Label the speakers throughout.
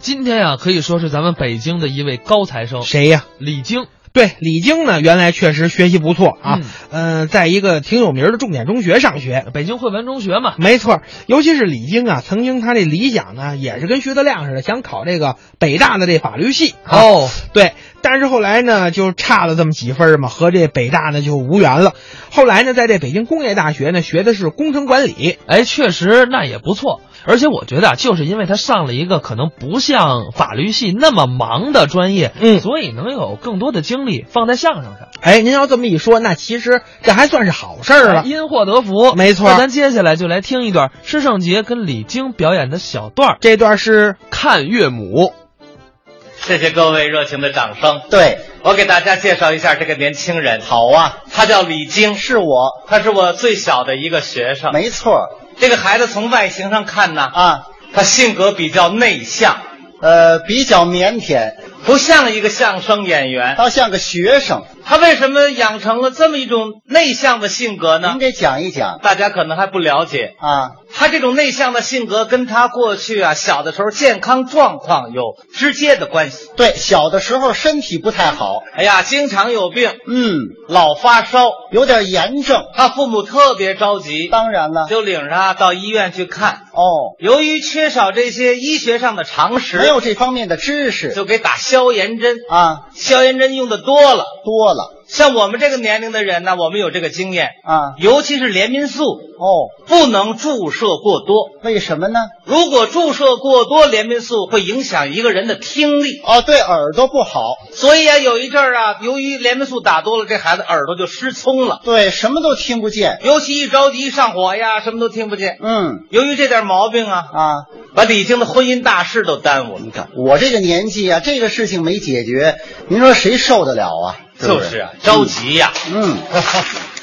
Speaker 1: 今天呀、可以说是咱们北京的一位高材生
Speaker 2: 谁呀？
Speaker 1: 李菁。
Speaker 2: 哦对，李菁呢，原来确实学习不错啊，嗯、在一个挺有名的重点中学上学。
Speaker 1: 北京汇文中学嘛，
Speaker 2: 没错，尤其是李菁啊，曾经他这理想呢，也是跟徐德亮似的，想考这个北大的这法律系。啊，
Speaker 1: 哦，
Speaker 2: 对，但是后来呢，就差了这么几分嘛，和这北大呢就无缘了。后来呢，在这北京工业大学呢，学的是工程管理。
Speaker 1: 哎，确实那也不错。而且我觉得啊，就是因为他上了一个可能不像法律系那么忙的专业，
Speaker 2: 嗯
Speaker 1: 所以能有更多的精力放在相声上，
Speaker 2: 哎，您要这么一说，那其实这还算是好事儿了。
Speaker 1: 哎因祸得福。
Speaker 2: 没错
Speaker 1: 那咱接下来就来听一段施圣杰跟李菁表演的小段儿
Speaker 2: 这段是
Speaker 1: 《看岳母》。
Speaker 3: 谢谢各位热情的掌声。
Speaker 4: 对，
Speaker 3: 我给大家介绍一下这个年轻人，
Speaker 4: 好啊，
Speaker 3: 他叫李菁，
Speaker 4: 是我，
Speaker 3: 他是我最小的一个学生。
Speaker 4: 没错
Speaker 3: 这个孩子从外形上看呢，
Speaker 4: 啊，
Speaker 3: 他性格比较内向，
Speaker 4: 呃，比较腼腆，
Speaker 3: 不像一个相声演员。
Speaker 4: 倒像个学生。
Speaker 3: 他为什么养成了这么一种内向的性格呢
Speaker 4: 您？给讲一讲
Speaker 3: 大家可能还不了解，
Speaker 4: 啊，
Speaker 3: 他这种内向的性格跟他过去啊小的时候健康状况有直接的关系。
Speaker 4: 对，小的时候身体不太好，
Speaker 3: 哎呀，经常有病，
Speaker 4: 嗯，
Speaker 3: 老发烧，
Speaker 4: 有点炎症。
Speaker 3: 他父母特别着急。
Speaker 4: 当然了，
Speaker 3: 就领着他到医院去看。
Speaker 4: 哦，
Speaker 3: 由于缺少这些医学上的常识，
Speaker 4: 没有这方面的知识
Speaker 3: 就给打消炎针。
Speaker 4: 啊，
Speaker 3: 消炎针用的多了，
Speaker 4: 多了
Speaker 3: 像我们这个年龄的人呢，我们有这个经验，
Speaker 4: 啊，
Speaker 3: 尤其是联名素，
Speaker 4: 哦，
Speaker 3: 不能注射过多。
Speaker 4: 为什么呢？
Speaker 3: 如果注射过多联名素，会影响一个人的听力。
Speaker 4: 哦，对，耳朵不好，
Speaker 3: 所以啊，有一阵儿啊，由于联名素打多了，这孩子耳朵就失聪了，
Speaker 4: 对，什么都听不见。
Speaker 3: 尤其一着急一上火呀，什么都听不见。
Speaker 4: 嗯
Speaker 3: 由于这点毛病啊，
Speaker 4: 啊，
Speaker 3: 把李菁的婚姻大事都耽误了。你看，
Speaker 4: 我这个年纪啊，这个事情没解决，您说谁受得了啊？不
Speaker 3: 就是啊，着。急呀、
Speaker 4: 嗯，嗯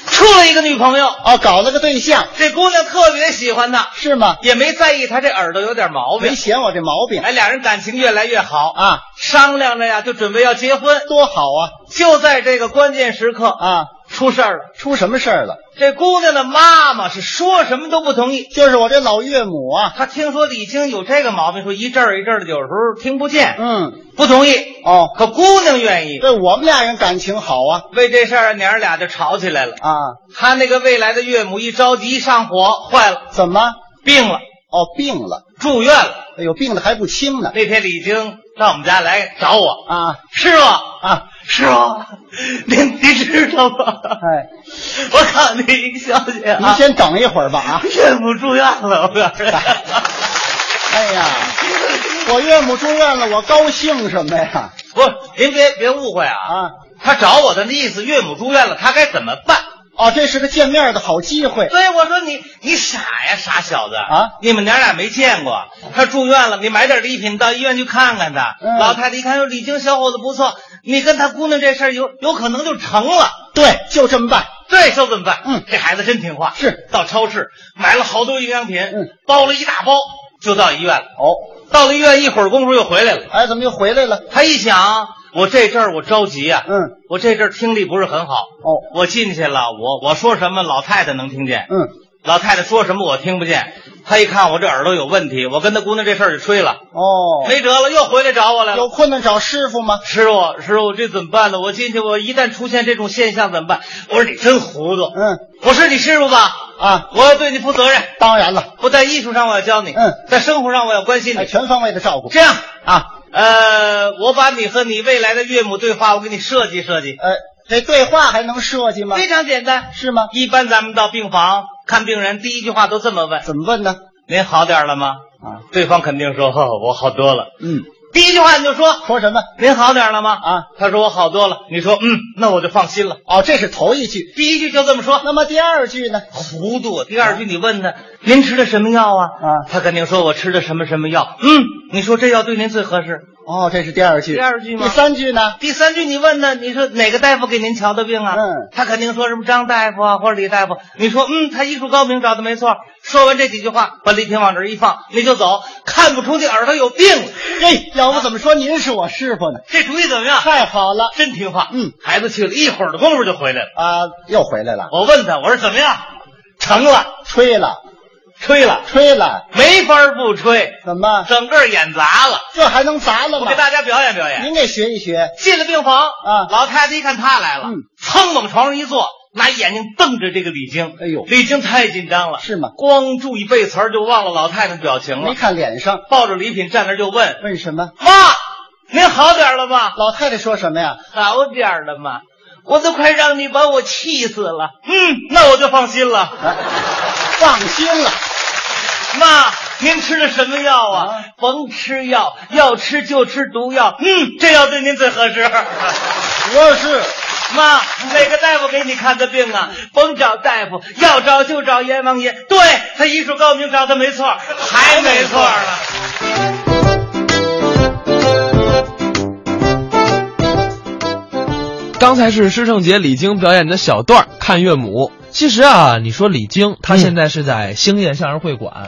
Speaker 3: 处了一个女朋友，
Speaker 4: 哦，搞了个对象
Speaker 3: 这姑娘特别喜欢他，
Speaker 4: 是吗？
Speaker 3: 也没在意他这耳朵有点毛病
Speaker 4: 没。嫌我这毛病
Speaker 3: 哎，俩人感情越来越好啊，
Speaker 4: 啊，
Speaker 3: 商量着呀，就准备要结婚。
Speaker 4: 多好啊
Speaker 3: 就在这个关键时刻，
Speaker 4: 啊！
Speaker 3: 出事儿了。
Speaker 4: 出什么事儿了？
Speaker 3: 这姑娘的妈妈是说什么都不同意。
Speaker 4: 就是我这老岳母啊，
Speaker 3: 她听说李菁有这个毛病，说一阵儿一阵儿的，有时候听不见，
Speaker 4: 嗯，
Speaker 3: 不同意。
Speaker 4: 哦，
Speaker 3: 可姑娘愿意，
Speaker 4: 对我们俩人感情好啊
Speaker 3: 为这事儿娘儿俩就吵起来了。
Speaker 4: 啊！
Speaker 3: 她那个未来的岳母一着急一上火，坏了，
Speaker 4: 怎么？
Speaker 3: 病了，
Speaker 4: 哦，病了，
Speaker 3: 住院了。
Speaker 4: 哎呦，病的还不轻呢
Speaker 3: 那天李菁到我们家来找我，
Speaker 4: 啊
Speaker 3: 师傅，
Speaker 4: 啊！
Speaker 3: 师 傅，您您知道吗？
Speaker 4: 哎，
Speaker 3: 我告诉你一个消息
Speaker 4: 您
Speaker 3: 啊，
Speaker 4: 先等一会儿吧啊！
Speaker 3: 岳母住院了，我告诉 你。
Speaker 4: 哎呀，我岳母住院了，我高兴什么呀？
Speaker 3: 不是，您别别误会啊，
Speaker 4: 啊，
Speaker 3: 他找我的意思，岳母住院了，他该怎么办？
Speaker 4: 哦，这是个见面的好机会
Speaker 3: 所以我说你你傻呀，傻小子
Speaker 4: 啊！
Speaker 3: 你们娘俩没见过，他住院了，你买点礼品到医院去看看他。
Speaker 4: 嗯
Speaker 3: 老太太一看，哟，李菁小伙子不错，你跟他姑娘这事儿有有可能就成了。
Speaker 4: 对，就这么办。
Speaker 3: 这时候怎么办？
Speaker 4: 嗯
Speaker 3: 这孩子真听话，
Speaker 4: 是
Speaker 3: 到超市买了好多营养品，
Speaker 4: 嗯，
Speaker 3: 包了一大包，就到医院了。
Speaker 4: 哦，
Speaker 3: 到了医院一会儿功夫又回来了。
Speaker 4: 哎，怎么又回来了？
Speaker 3: 他一想，我这阵儿我着急呀、
Speaker 4: 嗯，
Speaker 3: 我这阵儿听力不是很好，
Speaker 4: 哦，
Speaker 3: 我进去了，我我说什么老太太能听见，
Speaker 4: 嗯，
Speaker 3: 老太太说什么我听不见。他一看我这耳朵有问题，我跟他姑娘这事儿就吹了，
Speaker 4: 哦，
Speaker 3: 没辙了，又回来找我来
Speaker 4: 有
Speaker 3: 了。
Speaker 4: 困难找师傅吗？
Speaker 3: 师傅，师傅，这怎么办呢？我进去，我一旦出现这种现象怎么办？我说你真糊涂，
Speaker 4: 嗯
Speaker 3: 我是你师傅吧？
Speaker 4: 啊，
Speaker 3: 我要对你负责任，
Speaker 4: 当然了。
Speaker 3: 不在艺术上我要教你，
Speaker 4: 嗯，
Speaker 3: 在生活上我要关心
Speaker 4: 哎，
Speaker 3: 你。
Speaker 4: 全方位的照顾
Speaker 3: 这样，
Speaker 4: 啊。
Speaker 3: 呃，我把你和你未来的岳母对话，我给你设计设计，
Speaker 4: 呃，这对话还能设计吗？
Speaker 3: 非常简单。
Speaker 4: 是吗？
Speaker 3: 一般咱们到病房看病人，第一句话都这么问
Speaker 4: 怎么问呢？：“
Speaker 3: 您好点了吗
Speaker 4: 啊，？”
Speaker 3: 对方肯定说：“哦我好多了。
Speaker 4: 嗯，”
Speaker 3: 第一句话你就说
Speaker 4: 说什么：“
Speaker 3: 您好点了吗？”
Speaker 4: 啊？
Speaker 3: 他说：“我好多了。”你说：“嗯，那我就放心了。
Speaker 4: 哦，这是头一”句。
Speaker 3: 第一句就这么说，
Speaker 4: 那么第二句呢？
Speaker 3: 糊涂。啊第二句你问他：“您吃的什么药啊？”
Speaker 4: 啊
Speaker 3: 他肯定说：“我吃的什么什么药。”嗯，你说这药对您最合适。
Speaker 4: 哦，这是第二句。
Speaker 3: 第二句吗
Speaker 4: 第三句呢？
Speaker 3: 第三句你问他，你说哪个大夫给您瞧的病啊？
Speaker 4: 嗯，
Speaker 3: 他肯定说什么张大夫啊，或者李大夫。你说，嗯，他医术高明，找的没错。说完这几句话，把礼品往这儿一放，你就走，看不出你耳朵有病。
Speaker 4: 嘿，要不怎么说您是我师傅呢？
Speaker 3: 这主意怎么样？
Speaker 4: 太好了
Speaker 3: 真听话。
Speaker 4: 嗯，
Speaker 3: 孩子去了一会儿的功夫就回来了。
Speaker 4: 啊！又回来了，
Speaker 3: 我问他，我说怎么样？成了。
Speaker 4: 吹了。
Speaker 3: 吹了，
Speaker 4: 吹了，
Speaker 3: 没法不吹，
Speaker 4: 怎么
Speaker 3: 啊整个演砸了。
Speaker 4: 这还能砸了
Speaker 3: 我
Speaker 4: 吗
Speaker 3: 给？大家表演表演。
Speaker 4: 您给学一学，
Speaker 3: 进了病房
Speaker 4: 啊
Speaker 3: 老太太一看他来了
Speaker 4: 嗯，
Speaker 3: 噌往床上一坐，拿眼睛瞪着这个李菁。
Speaker 4: 哎呦
Speaker 3: 李菁太紧张了，
Speaker 4: 是吗
Speaker 3: 光注意背词儿就忘了老太太表情
Speaker 4: 没
Speaker 3: 了，
Speaker 4: 看脸上，
Speaker 3: 抱着礼品站那儿就问
Speaker 4: 问什么？
Speaker 3: 妈：“您好点儿了吗？
Speaker 4: 老太太说什么呀？
Speaker 3: 好点儿了吗？我都快让你把我气死了。”嗯，那我就放心了。
Speaker 4: 啊放心了，
Speaker 3: 妈，您吃的什么药啊？
Speaker 4: 啊
Speaker 3: 甭吃药，要吃就吃毒药。嗯，这药对您最 合适。
Speaker 4: 我是
Speaker 3: 妈，哪个大夫给你看的病啊？甭找大夫，要找就找阎王爷。对他医术高明，找他没错儿，还没错儿呢。
Speaker 1: 刚才是施圣杰、李菁表演的小段儿《看岳母》。其实啊，你说李菁，他现在是在兴业相声会馆，